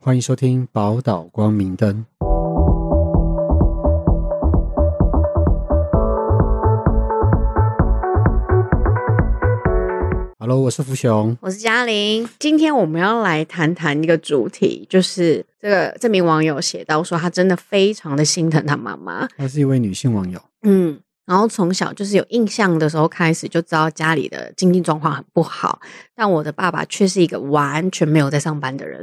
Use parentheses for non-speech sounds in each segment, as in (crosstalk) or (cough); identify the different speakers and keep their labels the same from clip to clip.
Speaker 1: 欢迎收听《宝岛光明灯》。Hello，我是福雄。
Speaker 2: 我是嘉玲，今天我们要来谈谈一个主题，就是这个这名网友写到说，他真的非常的心疼他妈妈，
Speaker 1: 她是一位女性网友，
Speaker 2: 嗯，然后从小就是有印象的时候开始就知道家里的经济状况很不好，但我的爸爸却是一个完全没有在上班的人，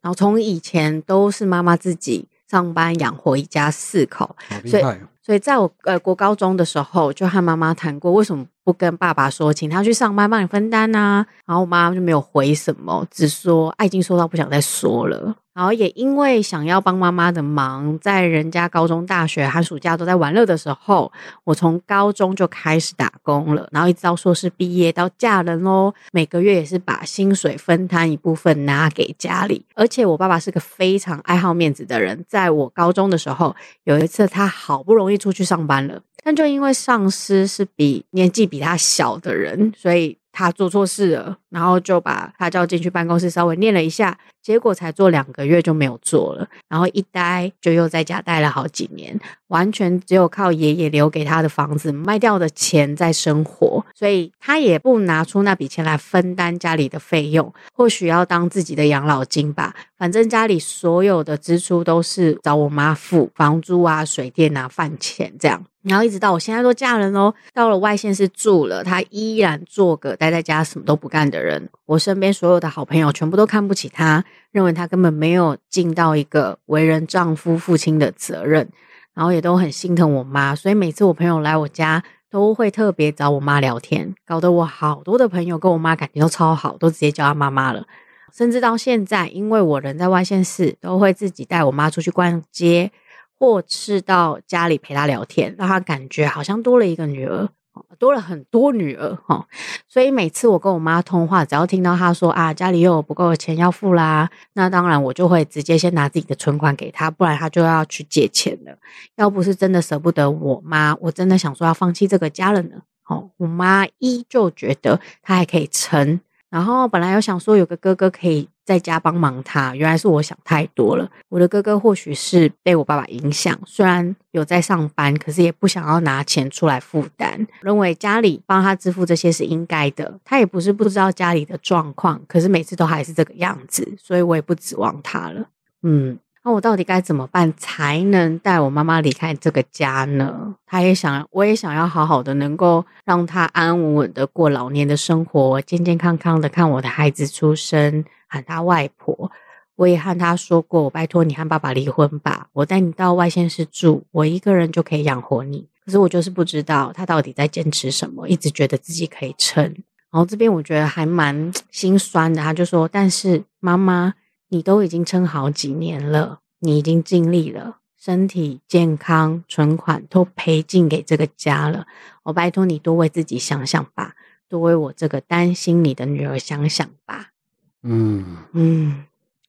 Speaker 2: 然后从以前都是妈妈自己上班养活一家四口，
Speaker 1: 好厉
Speaker 2: 所以
Speaker 1: 害哦！
Speaker 2: 所以在我呃国高中的时候，就和妈妈谈过，为什么不跟爸爸说，请他去上班帮你分担啊？然后我妈就没有回什么，只说爱已经说到不想再说了。然后也因为想要帮妈妈的忙，在人家高中、大学寒暑假都在玩乐的时候，我从高中就开始打工了，然后一直到硕士毕业到嫁人喽，每个月也是把薪水分摊一部分拿给家里。而且我爸爸是个非常爱好面子的人，在我高中的时候，有一次他好不容易出去上班了，但就因为上司是比年纪比他小的人，所以他做错事了，然后就把他叫进去办公室稍微念了一下，结果才做两个月就没有做了，然后一待就又在家待了好几年，完全只有靠爷爷留给他的房子卖掉的钱在生活，所以他也不拿出那笔钱来分担家里的费用，或许要当自己的养老金吧。反正家里所有的支出都是找我妈付，房租啊、水电啊、饭钱这样。然后一直到我现在都嫁人喽，到了外县市住了，她依然做个待在家什么都不干的人。我身边所有的好朋友全部都看不起她，认为她根本没有尽到一个为人丈夫、父亲的责任，然后也都很心疼我妈。所以每次我朋友来我家，都会特别找我妈聊天，搞得我好多的朋友跟我妈感情都超好，都直接叫她妈妈了。甚至到现在，因为我人在外县市，都会自己带我妈出去逛街，或是到家里陪她聊天，让她感觉好像多了一个女儿，哦多了很多女儿哈、哦。所以每次我跟我妈通话，只要听到她说啊家里又有不够的钱要付啦，那当然我就会直接先拿自己的存款给她，不然她就要去借钱了。要不是真的舍不得我妈，我真的想说要放弃这个家人了。哦，我妈依旧觉得她还可以撑，然后本来有想说有个哥哥可以在家帮忙他，原来是我想太多了。我的哥哥或许是被我爸爸影响，虽然有在上班，可是也不想要拿钱出来负担，认为家里帮他支付这些是应该的。他也不是不知道家里的状况，可是每次都还是这个样子，所以我也不指望他了。嗯，那我到底该怎么办才能带我妈妈离开这个家呢？她也想，我也想要好好的，能够让她安安稳稳的过老年的生活，健健康康的看我的孩子出生，喊她外婆。我也和她说过，我拜托你和爸爸离婚吧，我带你到外县市住，我一个人就可以养活你。可是我就是不知道她到底在坚持什么，一直觉得自己可以撑。然后这边我觉得还蛮心酸的，他就说：“但是妈妈，你都已经撑好几年了，你已经尽力了，身体健康、存款都赔进给这个家了。我拜托你多为自己想想吧，多为我这个担心你的女儿想想吧。
Speaker 1: 嗯，”
Speaker 2: 嗯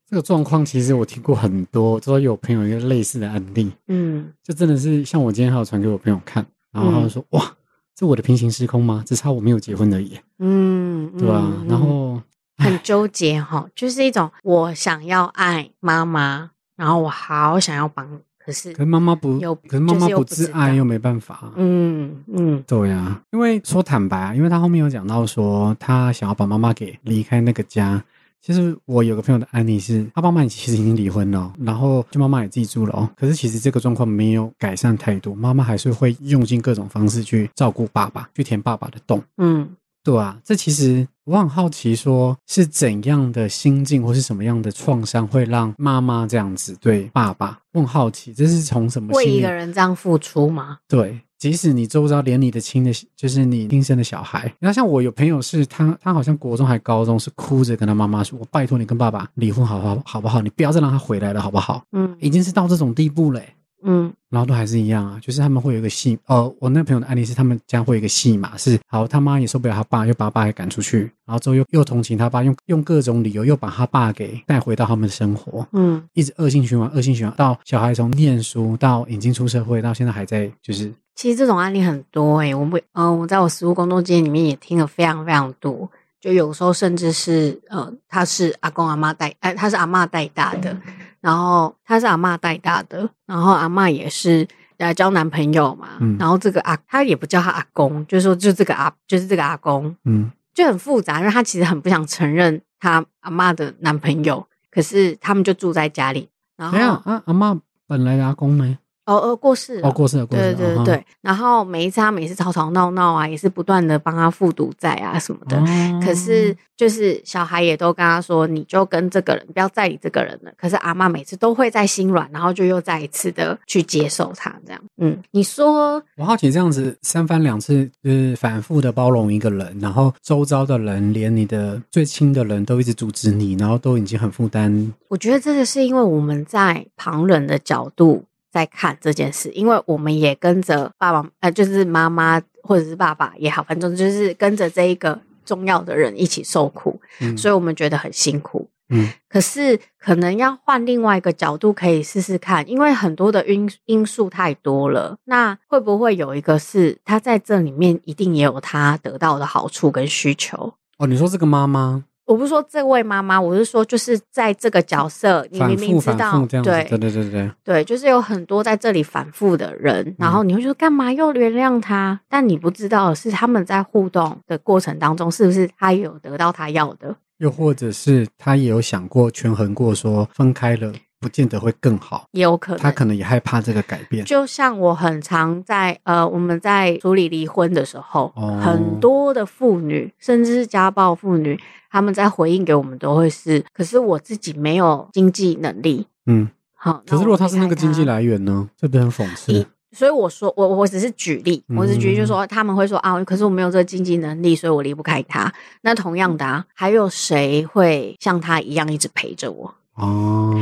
Speaker 1: 这个状况其实我听过很多，之后有朋友有类似的案例，
Speaker 2: 嗯
Speaker 1: 就真的是像我今天还有传给我朋友看，然后他就说：“哇，这我的平行时空吗？只差我没有结婚而已，
Speaker 2: 嗯，
Speaker 1: 对吧、啊
Speaker 2: 嗯
Speaker 1: 然后
Speaker 2: 很纠结哈，就是一种我想要爱妈妈，然后我好想要帮你，可是
Speaker 1: 可是妈妈不
Speaker 2: 有，
Speaker 1: 可是妈妈
Speaker 2: 就是又
Speaker 1: 不
Speaker 2: 不
Speaker 1: 自
Speaker 2: 知道
Speaker 1: 爱又没办法啊、
Speaker 2: 嗯嗯
Speaker 1: 对啊，因为说坦白啊，因为他后面有讲到说他想要把妈妈给离开那个家。其实我有个朋友的案例是，他爸妈其实已经离婚了哦，然后就妈妈也自己住了哦。可是其实这个状况没有改善太多，妈妈还是会用尽各种方式去照顾爸爸，去填爸爸的洞。
Speaker 2: 嗯
Speaker 1: 对啊，这其实我很好奇，说是怎样的心境或是什么样的创伤会让妈妈这样子对爸爸？我很好奇，这是从什么
Speaker 2: 为
Speaker 1: 心
Speaker 2: 一
Speaker 1: 理
Speaker 2: 个人这样付出吗？
Speaker 1: 对，即使你周遭连你的亲的，就是你亲生的小孩，然后像我有朋友是他，他好像国中还高中是哭着跟他妈妈说：“我拜托你跟爸爸离婚好不好？好不好？你不要再让他回来了，好不好？”
Speaker 2: 嗯
Speaker 1: 已经是到这种地步嘞、
Speaker 2: 嗯
Speaker 1: 然后都还是一样啊，就是他们会有一个戏，呃，我那朋友的案例是他们家会有一个戏码，是好他妈也受不了他爸，又把他爸给赶出去，然后之后又又同情他爸，用用各种理由又把他爸给带回到他们的生活，
Speaker 2: 嗯
Speaker 1: 一直恶性循环，恶性循环到小孩从念书到已经出社会，到现在还在就是
Speaker 2: 欸呃其实这种案例很多诶、我不，嗯、我在我实务工作经验里面也听了非常非常多。就有时候甚至是呃，他是阿公阿妈带，哎、他是阿妈带大的，然后他是阿妈带大的，然后阿妈也是来交男朋友嘛，
Speaker 1: 嗯
Speaker 2: 然后这个阿他也不叫他阿公，就是说就这个阿就是这个阿公
Speaker 1: 嗯
Speaker 2: 就很复杂，因为他其实很不想承认他阿妈的男朋友，可是他们就住在家里，然后
Speaker 1: 没有啊，阿妈本来的阿公呢？
Speaker 2: 哦哦过世了
Speaker 1: 哦，过世了，过世
Speaker 2: 对
Speaker 1: 了，
Speaker 2: 对
Speaker 1: 哦
Speaker 2: 对，，然后每一次他每次吵吵闹闹啊，也是不断的帮他复读债啊什么的。
Speaker 1: 哦
Speaker 2: 可是就是小孩也都跟他说，你就跟这个人不要在意这个人了。可是阿嬷每次都会在心软，然后就又再一次的去接受他这样。嗯，你说
Speaker 1: 我好奇，这样子三番两次就是反复的包容一个人，然后周遭的人，连你的最亲的人都一直阻止你，然后都已经很负担。
Speaker 2: 我觉得这个是因为我们在旁人的角度在看这件事，因为我们也跟着爸爸，呃，就是妈妈或者是爸爸也好，反正就是跟着这一个重要的人一起受苦，
Speaker 1: 嗯
Speaker 2: 所以我们觉得很辛苦。
Speaker 1: 嗯
Speaker 2: 可是可能要换另外一个角度，可以试试看，因为很多的因因素太多了。那会不会有一个是他在这里面一定也有他得到的好处跟需求？
Speaker 1: 哦，你说这个妈妈
Speaker 2: 我不是说这位妈妈，我是说就是在这个角色，你
Speaker 1: 反
Speaker 2: 明明
Speaker 1: 复
Speaker 2: 知
Speaker 1: 反
Speaker 2: 道
Speaker 1: 复这样子，对
Speaker 2: 对
Speaker 1: 对对对，
Speaker 2: 对，就是有很多在这里反复的
Speaker 1: 嗯
Speaker 2: 人，然后你会说干嘛又原谅他？但你不知道的是他们在互动的过程当中，是不是他有得到他要的？
Speaker 1: 又或者是他也有想过权衡过，说分开了不见得会更好，
Speaker 2: 也有可能，
Speaker 1: 他可能也害怕这个改变。
Speaker 2: 就像我很常在呃，我们在处理离婚的时候，
Speaker 1: 哦
Speaker 2: 很多的妇女，甚至是家暴妇女，他们在回应给我们都会是，可是我自己没有经济能力。
Speaker 1: 嗯，
Speaker 2: 好，
Speaker 1: 可是如果他是那个经济
Speaker 2: 来，
Speaker 1: 来源呢？这不是很讽刺
Speaker 2: 一？所以我说我我只是举例，我只是举例就
Speaker 1: 嗯
Speaker 2: 是说他们会说啊，可是我没有这个经济能力，所以我离不开他。那同样的啊，还有谁会像他一样一直陪着我？
Speaker 1: 哦，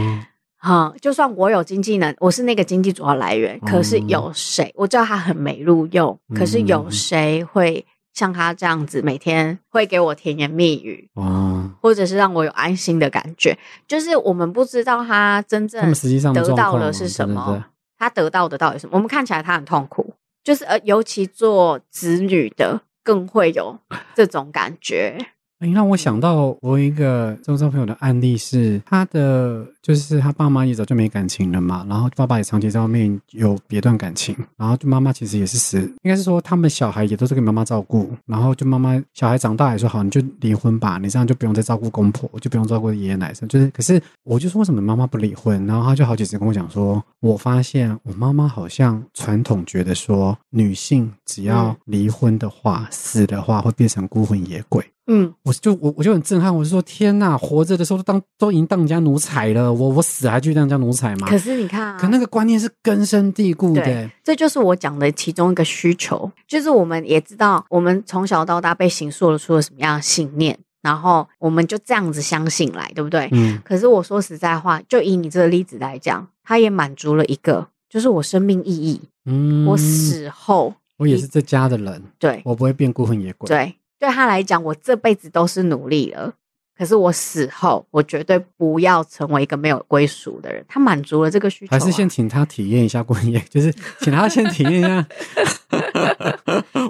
Speaker 2: 哈、就算我有经济能，我是那个经济主要来源，可是
Speaker 1: 嗯
Speaker 2: 有谁？我知道他很没录用，可是有谁会像他这样子，每天会给我甜言蜜语，
Speaker 1: 哦，
Speaker 2: 或者是让我有安心的感觉？就是我们不知道他真
Speaker 1: 他们
Speaker 2: 正
Speaker 1: 实际上的
Speaker 2: 得
Speaker 1: 状
Speaker 2: 到
Speaker 1: 况
Speaker 2: 了
Speaker 1: 啊
Speaker 2: 是什
Speaker 1: 对对
Speaker 2: 么，
Speaker 1: 对
Speaker 2: 他得到的到底是什么？我们看起来他很痛苦，就是呃，尤其做子女的更会有这种感觉。
Speaker 1: 哎，让我想到我有一个周遭朋友的案例是，他的就是他爸妈也早就没感情了嘛，然后爸爸也长期在外面有别段感情，然后就妈妈其实也是死，应该是说他们小孩也都是给妈妈照顾，然后就妈妈小孩长大也说好你就离婚吧，你这样就不用再照顾公婆，就不用照顾爷爷奶奶，就是可是我就说为什么妈妈不离婚，然后他就好几次跟我讲说，我发现我妈妈好像传统觉得说女性只要
Speaker 2: 嗯
Speaker 1: 离婚的话，死的话会变成孤魂野鬼。
Speaker 2: 嗯，
Speaker 1: 我就我我就很震撼，我就说天呐，活着的时候都当都已经当人家奴才了，我我死还去当人家奴才吗？
Speaker 2: 可是你看、啊，
Speaker 1: 可那个观念是根深蒂固的、
Speaker 2: 对这就是我讲的其中一个需求，就是我们也知道，我们从小到大被形塑了出了什么样的信念，然后我们就这样子相信来，对不对？
Speaker 1: 嗯，
Speaker 2: 可是我说实在话，就以你这个例子来讲，它也满足了一个，就是我生命意义，
Speaker 1: 嗯
Speaker 2: 我，死后，
Speaker 1: 我也是这家的人，
Speaker 2: 对
Speaker 1: 我不会变孤魂野鬼。，
Speaker 2: 对，对他来讲，我这辈子都是努力了。可是我死后，我绝对不要成为一个没有归属的人。他满足了这个需求、啊，
Speaker 1: 还是先请他体验一下孤魂野，就是请他先体验一
Speaker 2: (laughs)
Speaker 1: 下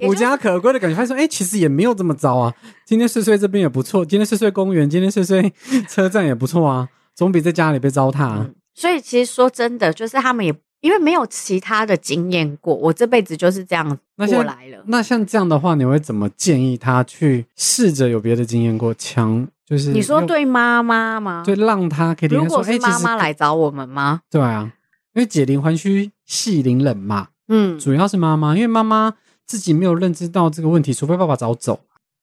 Speaker 1: 无家可归的感觉。发现说，哎、其实也没有这么糟啊。今天睡睡这边也不错，今天睡睡公园，今天睡睡车站也不错啊，总比在家里被糟蹋、啊。
Speaker 2: 嗯所以其实说真的，就是他们也因为没有其他的经验过，我这辈子就是这样
Speaker 1: 那现在嗯
Speaker 2: 过来了。
Speaker 1: 那像这样的话，你会怎么建议他去试着有别的经验过强？就是
Speaker 2: 你说
Speaker 1: 用，
Speaker 2: 对妈妈吗？
Speaker 1: 对，让他可以
Speaker 2: 如
Speaker 1: 跟他说，
Speaker 2: 果
Speaker 1: 哎、
Speaker 2: 是
Speaker 1: 其
Speaker 2: 妈
Speaker 1: 实
Speaker 2: 妈来找我们吗？
Speaker 1: 对啊，因为解铃还须系铃人嘛，
Speaker 2: 嗯，
Speaker 1: 主要是妈妈，因为妈妈自己没有认知到这个问题，除非爸爸早走。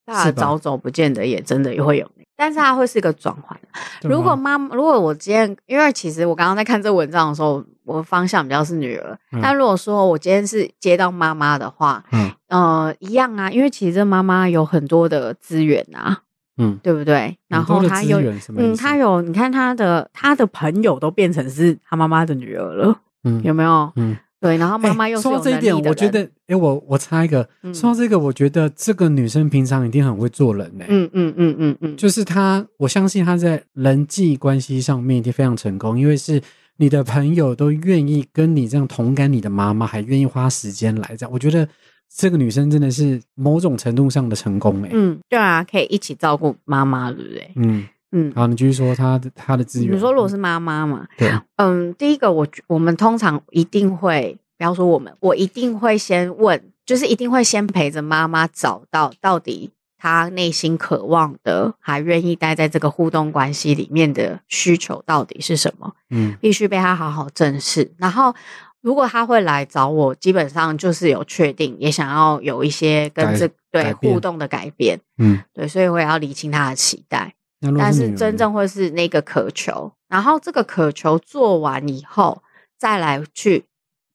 Speaker 2: 大
Speaker 1: 是
Speaker 2: 家
Speaker 1: 吧
Speaker 2: 早走不见得也真的也会有，但是它会是一个转换。啊
Speaker 1: 对吗
Speaker 2: 如果妈，如果我今天，因为其实我刚刚在看这文章的时候，我方向比较是女儿，
Speaker 1: 嗯
Speaker 2: 但如果说我今天是接到妈妈的话，
Speaker 1: 嗯
Speaker 2: 呃，一样啊，因为其实这妈妈有很多的资源啊，
Speaker 1: 嗯，
Speaker 2: 对不对？然
Speaker 1: 很多
Speaker 2: 后
Speaker 1: 的
Speaker 2: 她
Speaker 1: 资
Speaker 2: 有
Speaker 1: 源什么意
Speaker 2: 嗯，
Speaker 1: 思
Speaker 2: 他有，你看他的他的朋友都变成是他妈妈的女儿了，
Speaker 1: 嗯
Speaker 2: 有没有？
Speaker 1: 嗯，
Speaker 2: 对，然后妈妈
Speaker 1: 哎
Speaker 2: 又是
Speaker 1: 说
Speaker 2: 有
Speaker 1: 到这一
Speaker 2: 能力
Speaker 1: 点，
Speaker 2: 的人
Speaker 1: 我觉得，哎、我我插一个，
Speaker 2: 嗯
Speaker 1: 说到这个，我觉得这个女生平常一定很会做人欸呢、
Speaker 2: 嗯嗯嗯嗯嗯，
Speaker 1: 就是他，我相信他在人际关系上面一定非常成功，因为是你的朋友都愿意跟你这样同感你的妈妈，还愿意花时间来这样。我觉得这个女生真的是某种程度上的成功哎、
Speaker 2: 嗯，对啊，可以一起照顾妈妈，对不对？
Speaker 1: 嗯，
Speaker 2: 嗯，
Speaker 1: 好，你继续说她的她的资源。
Speaker 2: 你说如果是妈妈嘛，
Speaker 1: 对，
Speaker 2: 嗯，第一个我觉我们通常一定会，不要说我们，我一定会先问，就是一定会先陪着妈妈找到到底她内心渴望的，还愿意待在这个互动关系里面的需求到底是什么。
Speaker 1: 嗯
Speaker 2: 必须被他好好正视。然后，如果他会来找我，基本上就是有确定，也想要有一些跟
Speaker 1: 改
Speaker 2: 这对
Speaker 1: 改变
Speaker 2: 互动的改变，
Speaker 1: 嗯，
Speaker 2: 对，所以我也要理清他的期待。
Speaker 1: 那如果
Speaker 2: 但
Speaker 1: 是
Speaker 2: 是
Speaker 1: 女儿
Speaker 2: 真正会是那个渴求，然后这个渴求做完以后，再来去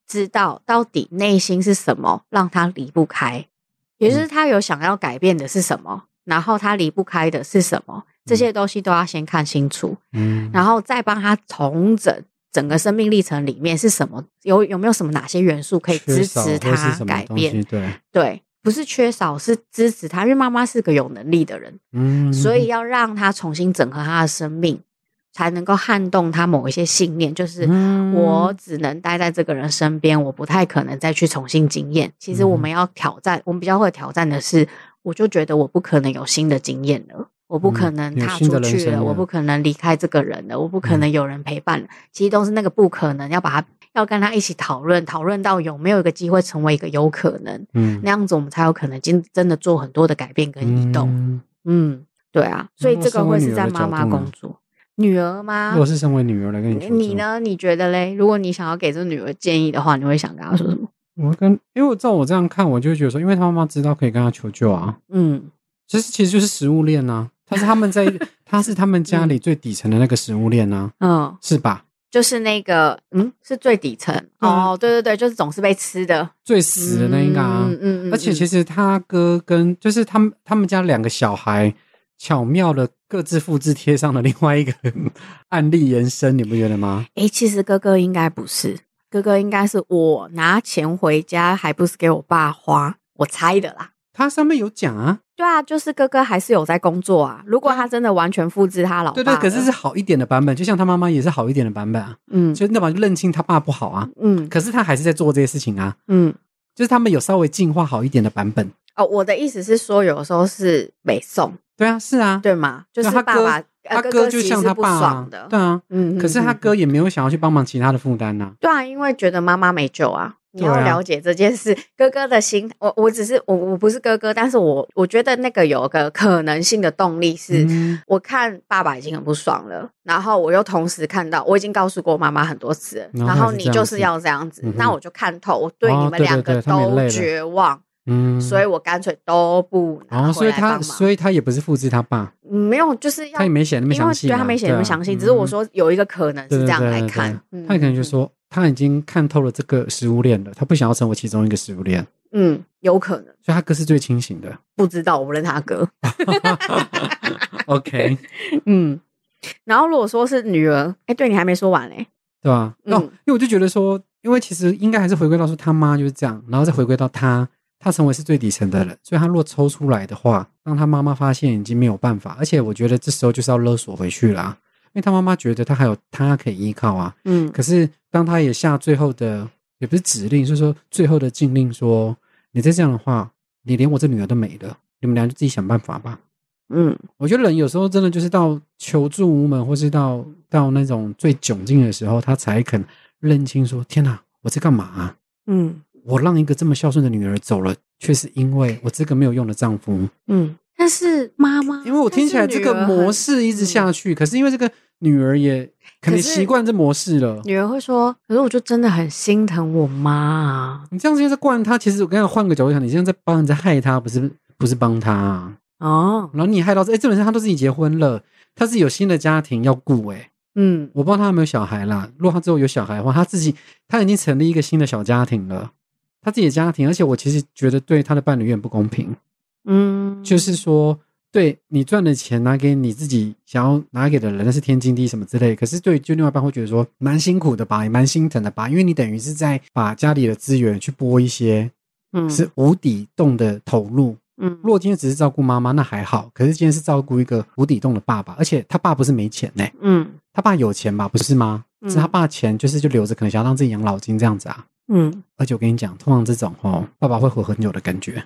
Speaker 2: 知道到底内心是什么让他离不开，
Speaker 1: 嗯
Speaker 2: 也就是他有想要改变的是什么，然后他离不开的是什么，这些东西都要先看清楚。
Speaker 1: 嗯，
Speaker 2: 然后再帮他重整整个生命历程里面是什么，有有没有什么哪些元素可以
Speaker 1: 缺
Speaker 2: 支
Speaker 1: 少
Speaker 2: 持
Speaker 1: 或是
Speaker 2: 他
Speaker 1: 什么
Speaker 2: 改
Speaker 1: 东西
Speaker 2: 变？
Speaker 1: 对，
Speaker 2: 对，不是缺少，是支持他，因为妈妈是个有能力的人，
Speaker 1: 嗯，
Speaker 2: 所以要让他重新整合他的生命，才能够撼动他某一些信念，就是。
Speaker 1: 嗯
Speaker 2: 我只能待在这个人身边，我不太可能再去重新经验。其实我
Speaker 1: 嗯
Speaker 2: 们要挑战，我们比较会挑战的是，我就觉得我不可能有新的经验了，我不可能
Speaker 1: 嗯有
Speaker 2: 踏
Speaker 1: 新
Speaker 2: 出
Speaker 1: 的人
Speaker 2: 去
Speaker 1: 生
Speaker 2: 了，
Speaker 1: 了嗯
Speaker 2: 我不可能离开这个人了，我不可能有人陪伴了。其实都是那个不可能，要把它要跟他一起讨论，讨论到有没有一个机会成为一个有可能，
Speaker 1: 嗯
Speaker 2: 那样子我们才有可能真真的做很多的改变跟移动。
Speaker 1: 嗯
Speaker 2: 嗯，对啊，
Speaker 1: 那
Speaker 2: 所以
Speaker 1: 那
Speaker 2: 这个
Speaker 1: 身为
Speaker 2: 会
Speaker 1: 女
Speaker 2: 是
Speaker 1: 儿
Speaker 2: 在
Speaker 1: 的
Speaker 2: 妈
Speaker 1: 角
Speaker 2: 妈
Speaker 1: 度呢
Speaker 2: 工作。女儿吗？
Speaker 1: 嗯如果是身为女儿来跟你求助，
Speaker 2: 你呢？你觉得嘞？如果你想要给这女儿建议的话，你会想跟她说什么？
Speaker 1: 我跟因为我照我这样看，我就会觉得说，因为他妈妈知道可以跟他求救啊，
Speaker 2: 嗯，
Speaker 1: 其实其实就是食物链啊，他是他们
Speaker 2: (laughs)
Speaker 1: 在他是他们家里最底层的那个食物链啊，
Speaker 2: 嗯，
Speaker 1: 是吧？
Speaker 2: 就是那个，嗯，是最底层、
Speaker 1: 对啊
Speaker 2: 哦，对对对，就是总是被吃的，
Speaker 1: 最死的那一个啊。
Speaker 2: 嗯嗯
Speaker 1: 而且其
Speaker 2: 实，
Speaker 1: 实他哥跟就是他们他们家两个小孩巧妙的各自复制贴上了另外一个案例延伸，你不觉得吗？
Speaker 2: 哎、其实哥哥应该不是，哥哥应该是我拿钱回家，还不是给我爸花，我猜的啦。
Speaker 1: 他上面有讲啊，
Speaker 2: 对啊，就是哥哥还是有在工作啊。如果他真的完全复制他老爸
Speaker 1: 对
Speaker 2: 了，
Speaker 1: 对，可是是好一点的版本，就像他妈妈也是好一点的版本啊，
Speaker 2: 嗯
Speaker 1: 就那么认清他爸不好啊，
Speaker 2: 嗯
Speaker 1: 可是他还是在做这些事情啊，
Speaker 2: 嗯
Speaker 1: 就是他们有稍微进化好一点的版本。
Speaker 2: 哦，我的意思是说，有时候是北宋，
Speaker 1: 对啊，是啊，
Speaker 2: 对吗？就是
Speaker 1: 他
Speaker 2: 爸
Speaker 1: 哥
Speaker 2: 爸，
Speaker 1: 他
Speaker 2: 呃、哥
Speaker 1: 就
Speaker 2: 其实
Speaker 1: 像
Speaker 2: 是
Speaker 1: 他
Speaker 2: 不
Speaker 1: 爸、啊
Speaker 2: 爽的，，
Speaker 1: 对啊，
Speaker 2: 嗯，
Speaker 1: 可是他
Speaker 2: 嗯嗯
Speaker 1: 哥也没有想要去帮忙其他的负担呐。
Speaker 2: 对啊，因为觉得妈妈没救啊。你要
Speaker 1: 对啊
Speaker 2: 了解这件事，哥哥的心，我我只是我我不是哥哥，但是我我觉得那个有个可能性的动力是，
Speaker 1: 嗯
Speaker 2: 我看爸爸已经很不爽了，然后我又同时看到我已经告诉过妈妈很多次了，
Speaker 1: 然后
Speaker 2: 然
Speaker 1: 还
Speaker 2: 后
Speaker 1: 是
Speaker 2: 你
Speaker 1: 这样
Speaker 2: 就是
Speaker 1: 子
Speaker 2: 要这样子，
Speaker 1: 嗯哼
Speaker 2: 那我就看透，我对
Speaker 1: 哦
Speaker 2: 你们
Speaker 1: 对对
Speaker 2: 两
Speaker 1: 对
Speaker 2: 个
Speaker 1: 他们也累
Speaker 2: 都
Speaker 1: 了
Speaker 2: 绝望，
Speaker 1: 嗯
Speaker 2: 所以我干脆都不
Speaker 1: 然后、
Speaker 2: 拿
Speaker 1: 哦、所
Speaker 2: 回
Speaker 1: 以
Speaker 2: 来帮
Speaker 1: 他
Speaker 2: 忙。
Speaker 1: 所以他也不是复制他爸，
Speaker 2: 嗯没有，就是要
Speaker 1: 他也没写那么
Speaker 2: 因为
Speaker 1: 详细
Speaker 2: 对
Speaker 1: 嘛，
Speaker 2: 他没写那么详细，
Speaker 1: 啊
Speaker 2: 只是我说有一个可能
Speaker 1: 对
Speaker 2: 是
Speaker 1: 对
Speaker 2: 这样
Speaker 1: 对
Speaker 2: 来
Speaker 1: 对
Speaker 2: 看嗯
Speaker 1: 对，他可能就说他已经看透了这个食物链了，他不想要成为其中一个食物链，
Speaker 2: 嗯，嗯有可能
Speaker 1: 所以他哥是最清醒的。 (laughs)
Speaker 2: 不知道，我不认他哥，
Speaker 1: OK，
Speaker 2: 嗯。然后如果说是女儿，哎，对你还没说完嘞，
Speaker 1: 对吧？
Speaker 2: 嗯
Speaker 1: 哦，因为我就觉得说，因为其实应该还是回归到说他妈就是这样，然后再回归到他，他成为是最底层的人，所以他若抽出来的话，让他妈妈发现已经没有办法，而且我觉得这时候就是要勒索回去啦，因为他妈妈觉得他还有他可以依靠啊。
Speaker 2: 嗯
Speaker 1: 可是当他也下最后的，也不是指令，就是说最后的禁令说，你再这样的话，你连我这女儿都没了，你们俩就自己想办法吧。
Speaker 2: 嗯
Speaker 1: 我觉得人有时候真的就是到求助无门，或是到到那种最窘境的时候，他才肯认清说：“天哪，我在干嘛啊、
Speaker 2: 嗯
Speaker 1: 我让一个这么孝顺的女儿走了，却是因为我这个没有用的丈夫。
Speaker 2: 嗯。但是妈妈，
Speaker 1: 因为我听起来这个模式一直下去，可是因为这个女儿也可能
Speaker 2: 嗯可是
Speaker 1: 习惯这模式了
Speaker 2: 但是。女儿，女儿会说，可是我就真的很心疼我妈啊。
Speaker 1: 你这样子就是惯她，其实我刚才换个角度想，你现在在帮人家害她，不是不是帮她、啊。
Speaker 2: 哦，
Speaker 1: 然后你害到这，哎，这本身她都自己结婚了，她是有新的家庭要顾、哎。
Speaker 2: 嗯
Speaker 1: 我不知道他有没有小孩啦。如果他之后有小孩的话，他自己他已经成立一个新的小家庭了，他自己的家庭。而且我其实觉得对他的伴侣有点不公平，
Speaker 2: 嗯，
Speaker 1: 就是说，对你赚的钱拿给你自己想要拿给的人，那是天经地义什么之类。可是对就另外一半会觉得说，蛮辛苦的吧，也蛮心疼的吧，因为你等于是在把家里的资源去拨一些
Speaker 2: 嗯
Speaker 1: 是无底洞的投入。
Speaker 2: 嗯
Speaker 1: 如果今天只是照顾妈妈，那还好。可是今天是照顾一个无底洞的爸爸，而且他爸不是没钱呢、
Speaker 2: 嗯
Speaker 1: 他爸有钱吧？不是吗？
Speaker 2: 嗯
Speaker 1: 是他爸钱，就是就留着，可能想要当自己养老金这样子啊。
Speaker 2: 嗯，
Speaker 1: 而且我跟你讲，通常这种哦，爸爸会活很久的感
Speaker 2: (laughs)
Speaker 1: 觉，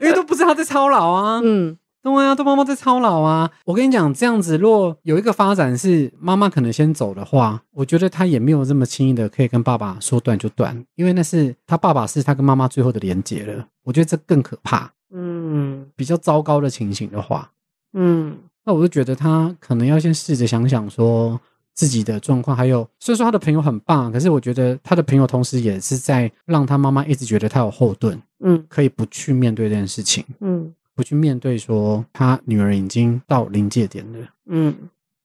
Speaker 1: 因为都不是他在操劳啊。
Speaker 2: 嗯，
Speaker 1: 对啊，都妈妈在操劳啊。我跟你讲，这样子若有一个发展是妈妈可能先走的话，我觉得他也没有这么轻易的可以跟爸爸说断就断，因为那是他爸爸是他跟妈妈最后的连接了。我觉得这更可怕，
Speaker 2: 嗯，
Speaker 1: 比较糟糕的情形的话，
Speaker 2: 嗯，
Speaker 1: 那我就觉得他可能要先试着想想说自己的状况，还有虽然说他的朋友很棒，可是我觉得他的朋友同时也是在让他妈妈一直觉得他有后盾，
Speaker 2: 嗯，
Speaker 1: 可以不去面对这件事情，
Speaker 2: 嗯，
Speaker 1: 不去面对说他女儿已经到临界点了。
Speaker 2: 嗯。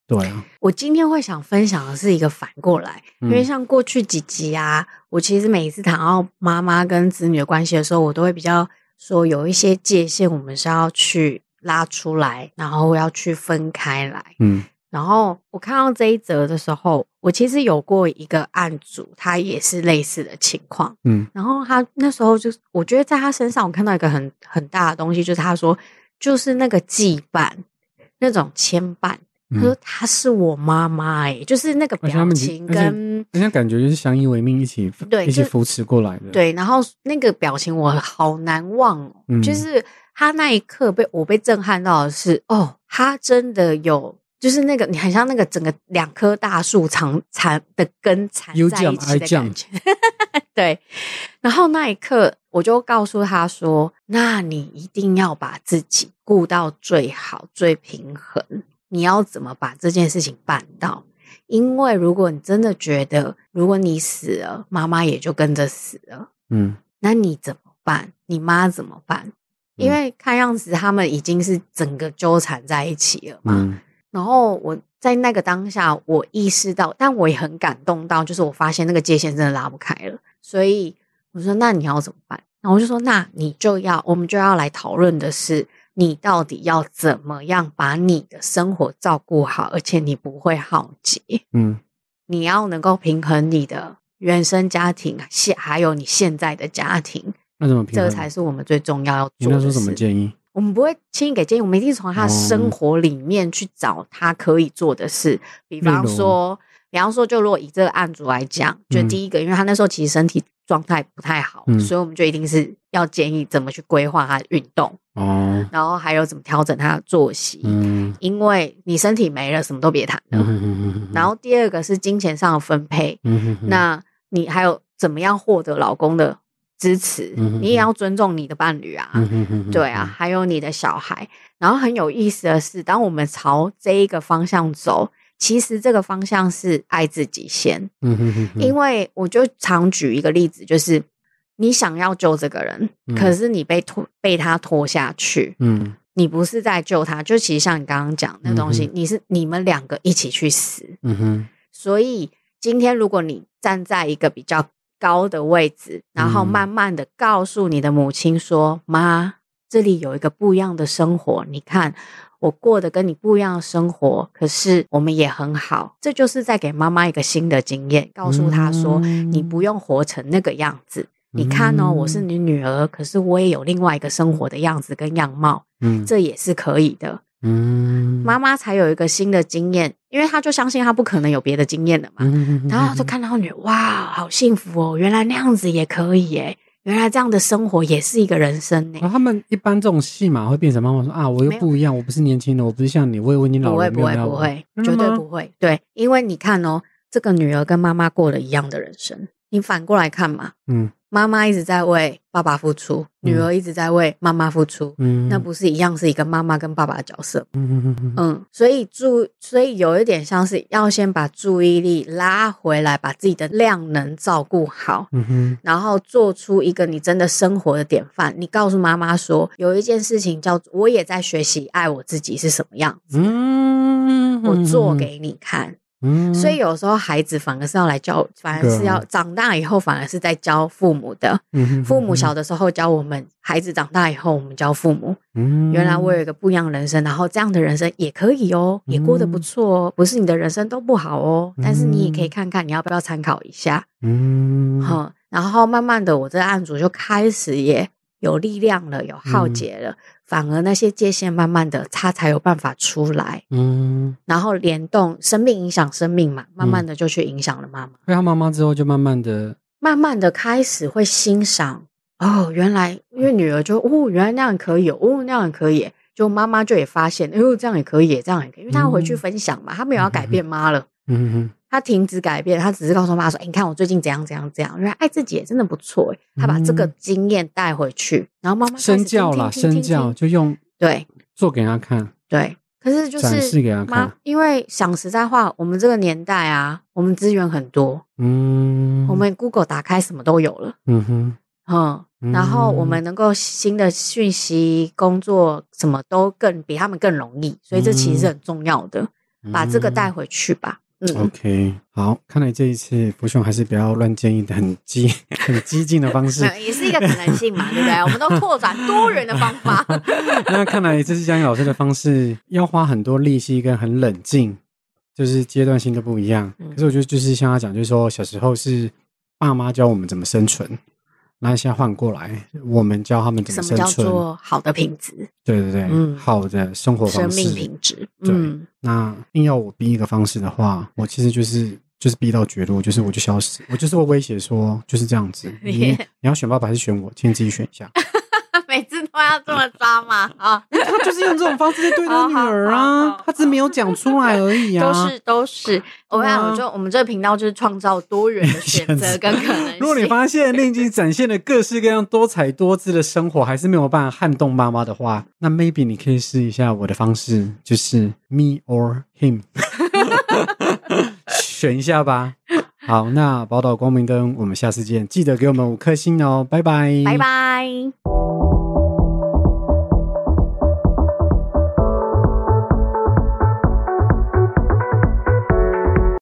Speaker 1: 对啊，
Speaker 2: 我今天会想分享的是一个反过来，因为
Speaker 1: 嗯
Speaker 2: 像过去几集啊，我其实每一次谈到妈妈跟子女的关系的时候，我都会比较说有一些界限，我们是要去拉出来，然后要去分开来。
Speaker 1: 嗯
Speaker 2: 然后我看到这一则的时候，我其实有过一个案主，他也是类似的情况。
Speaker 1: 嗯
Speaker 2: 然后他那时候就是，我觉得在他身上我看到一个很很大的东西，就是他说，就是那个羁绊，那种牵绊。他说
Speaker 1: 嗯，
Speaker 2: 她是我妈妈，哎，就是那个
Speaker 1: 而且他
Speaker 2: 表
Speaker 1: 们已
Speaker 2: 情
Speaker 1: 而且
Speaker 2: 跟
Speaker 1: 人家感觉就是相依为命，一起
Speaker 2: 对
Speaker 1: 一起
Speaker 2: 就
Speaker 1: 扶持过来的。，
Speaker 2: 对，然后那个表情我好难忘哦，
Speaker 1: 嗯
Speaker 2: 就是他那一刻被我被震撼到的是，哦，他真的有，就是那个你很像那个整个两棵大树缠缠的根缠
Speaker 1: You
Speaker 2: 在一
Speaker 1: jump,
Speaker 2: 起
Speaker 1: I
Speaker 2: 的感
Speaker 1: jump
Speaker 2: 觉， (laughs) 对。然后那一刻我就告诉他说：“那你一定要把自己顾到最好、最平衡，你要怎么把这件事情办到？”因为如果你真的觉得，如果你死了，妈妈也就跟着死了，
Speaker 1: 嗯
Speaker 2: 那你怎么办？你妈怎么办？因
Speaker 1: 嗯
Speaker 2: 为看样子他们已经是整个纠缠在一起了嘛。
Speaker 1: 嗯
Speaker 2: 然后我在那个当下，我意识到，但我也很感动到，就是我发现那个界限真的拉不开了。所以我说：“那你要怎么办？”然后我就说：“那你就要，我们就要来讨论的是，你到底要怎么样把你的生活照顾好，而且你不会耗竭。”
Speaker 1: 嗯
Speaker 2: 你要能够平衡你的原生家庭，现还有你现在的家庭，
Speaker 1: 那怎么平
Speaker 2: 这
Speaker 1: 衡？
Speaker 2: 个才是我们最重要要
Speaker 1: 你
Speaker 2: 做
Speaker 1: 那
Speaker 2: 的
Speaker 1: 时
Speaker 2: 事。
Speaker 1: 候怎么建哦议？
Speaker 2: 我们不会轻易给建议，我们一定从他的生活里面去找他可以做的事。比方
Speaker 1: 例如
Speaker 2: 说，比方说，就如果以这个案主来讲，就
Speaker 1: 嗯
Speaker 2: 第一个，因为他那时候其实身体状态不太好，
Speaker 1: 嗯
Speaker 2: 所以我们就一定是要建议怎么去规划他的运动，
Speaker 1: 哦，
Speaker 2: 然后还有怎么调整他的作息。
Speaker 1: 嗯
Speaker 2: 因为你身体没了，什么都别谈
Speaker 1: 嗯
Speaker 2: 了。
Speaker 1: 哼哼哼哼
Speaker 2: 然后第二个是金钱上的分配，
Speaker 1: 嗯哼哼
Speaker 2: 那你还有怎么样获得老公的支持？
Speaker 1: 嗯哼
Speaker 2: 你也要尊重你的伴侣啊，
Speaker 1: 嗯哼哼哼
Speaker 2: 对啊，还有你的小孩。然后很有意思的是，当我们朝这一个方向走，其实这个方向是爱自己先，
Speaker 1: 嗯哼哼哼
Speaker 2: 因为我就常举一个例子，就是你想要救这个人，
Speaker 1: 嗯
Speaker 2: 可是你被拖被他拖下去，
Speaker 1: 嗯
Speaker 2: 你不是在救他，就其实像你刚刚讲那东西，
Speaker 1: 嗯
Speaker 2: 你是你们两个一起去死，
Speaker 1: 嗯哼
Speaker 2: 所以今天如果你站在一个比较高的位置，然后
Speaker 1: 嗯
Speaker 2: 慢慢的告诉你的母亲说：“妈，这里有一个不一样的生活，你看我过得跟你不一样的生活，可是我们也很好。”这就是在给妈妈一个新的经验，告诉她说：“
Speaker 1: 嗯
Speaker 2: 你不用活成那个样子。”你看哦，我是你女儿，可是我也有另外一个生活的样子跟样貌，
Speaker 1: 嗯
Speaker 2: 这也是可以的。
Speaker 1: 嗯
Speaker 2: 妈妈才有一个新的经验，因为她就相信她不可能有别的经验了嘛。
Speaker 1: 嗯
Speaker 2: 然后就看到女，哇，好幸福哦！原来那样子也可以耶，原来这样的生活也是一个人生呢
Speaker 1: 然。后哦他们一般这种戏码会变成妈妈说啊，我又
Speaker 2: 没有
Speaker 1: 不一样，我不是年轻人，我不是像你，我也我已哦经老
Speaker 2: 不会，
Speaker 1: 了，
Speaker 2: 不会，
Speaker 1: 没有
Speaker 2: 不会，
Speaker 1: 那
Speaker 2: 绝
Speaker 1: 样真
Speaker 2: 对
Speaker 1: 的吗
Speaker 2: 不会。对，因为你看哦，这个女儿跟妈妈过了一样的人生，你反过来看嘛，
Speaker 1: 嗯
Speaker 2: 妈妈一直在为爸爸付出，女儿一直在为妈妈付出，
Speaker 1: 嗯，
Speaker 2: 那不是一样是一个妈妈跟爸爸的角色吗
Speaker 1: 嗯嗯嗯嗯
Speaker 2: 嗯，所以注，所以有一点像是要先把注意力拉回来，把自己的量能照顾好，
Speaker 1: 嗯哼
Speaker 2: 然后做出一个你真的生活的典范。你告诉妈妈说，有一件事情叫我也在学习爱我自己是什么样子，
Speaker 1: 嗯，
Speaker 2: 我做给你看。
Speaker 1: 嗯，
Speaker 2: 所以有时候孩子反而是要来教，反而
Speaker 1: 对啊
Speaker 2: 是要长大以后，反而是在教父母的。
Speaker 1: 嗯
Speaker 2: 父母小的时候教我们，孩子长大以后我们教父母。
Speaker 1: 嗯，
Speaker 2: 原来我有一个不一样的人生，然后这样的人生也可以哦，也过得
Speaker 1: 嗯
Speaker 2: 不错哦，不是你的人生都不好哦，但是你也可以看看，你要不要参考一下？
Speaker 1: 嗯
Speaker 2: 哈、
Speaker 1: 嗯
Speaker 2: 然后慢慢的，我这个案主就开始也有力量了，有浩劫了，反而那些界限慢慢的，它才有办法出来，
Speaker 1: 嗯，
Speaker 2: 然后联动生命影响生命嘛，慢慢的就去影响了妈妈，
Speaker 1: 所以他妈妈之后就慢慢的，
Speaker 2: 慢慢的开始会欣赏哦，原来因为女儿就哦，原来那样可以哦，哦那样也可以，就妈妈就也发现，哎呦这样也可以，这样也可以，因为她要回去
Speaker 1: 嗯
Speaker 2: 分享嘛，她没有要改变妈了。
Speaker 1: 嗯哼，
Speaker 2: 他停止改变，他只是告诉妈说：“哎、你看我最近怎样怎样怎样，原来爱自己也真的不错。”欸他把这个
Speaker 1: 嗯
Speaker 2: 经验带回去，然后妈妈开始
Speaker 1: 身教啦，
Speaker 2: 听听
Speaker 1: 身
Speaker 2: 听听
Speaker 1: 教
Speaker 2: 听
Speaker 1: 就用
Speaker 2: 对
Speaker 1: 做给他看，
Speaker 2: 对。可是就
Speaker 1: 展示
Speaker 2: 是
Speaker 1: 给他
Speaker 2: 妈
Speaker 1: 看，，
Speaker 2: 因为想实在话，我们这个年代啊，我们资源很多，
Speaker 1: 嗯，
Speaker 2: 我们 Google 打开什么都有了，
Speaker 1: 嗯哼，
Speaker 2: 嗯，
Speaker 1: 嗯
Speaker 2: 然后我们能够新的讯息、工作什么都更比他们更容易，所以这
Speaker 1: 嗯
Speaker 2: 其实是很重要的，把这个带回去吧。嗯，
Speaker 1: OK，好，看来这一次福兄还是不要乱建议的很激 (laughs) 很激进的方式 (laughs)
Speaker 2: 没。有也是一个可能性嘛，对不对？我们都拓展多元的方
Speaker 1: (laughs)
Speaker 2: 法。
Speaker 1: 那看来这次江颖老师的方式要花很多力气跟很冷静，就是阶段性都不一样。
Speaker 2: 嗯
Speaker 1: 可是我觉得就是像他讲，就是说小时候是爸妈教我们怎么生存，那现在换过来，我们教他们怎
Speaker 2: 什
Speaker 1: 么
Speaker 2: 么
Speaker 1: 生
Speaker 2: 叫
Speaker 1: 存。
Speaker 2: 做好的品质、
Speaker 1: 对对对，
Speaker 2: 嗯
Speaker 1: 好的生活
Speaker 2: 生
Speaker 1: 方
Speaker 2: 命
Speaker 1: 式。
Speaker 2: 品质？
Speaker 1: 对
Speaker 2: 嗯， (laughs)
Speaker 1: 那硬要我逼一个方式的话，我其实就是。就是逼到绝路，就是我就消失，我就是会威胁说就是这样
Speaker 2: (laughs)
Speaker 1: 子，你
Speaker 2: 你
Speaker 1: 你要选爸爸还是选我，请你自己选一下。
Speaker 2: 每次都要这么抓嘛啊，
Speaker 1: 他就是用这种方式在对
Speaker 2: 好
Speaker 1: 他女儿
Speaker 2: (laughs) 好好
Speaker 1: 啊
Speaker 2: 好，
Speaker 1: 他只是没有讲出来而已啊。
Speaker 2: 都是都是。哦我
Speaker 1: 对啊
Speaker 2: 想，我就我们这个频道就是创造多元的选择跟可能性。
Speaker 1: (laughs) 如果你发现你已经展现了各式各样多彩多姿的生活，还是没有办法撼动妈妈的话，那 maybe 你可以试一下我的方式，就是 me or him，选一下吧。好，那宝岛光明灯，我们下次见，记得给我们五颗星哦，拜拜，
Speaker 2: 拜拜。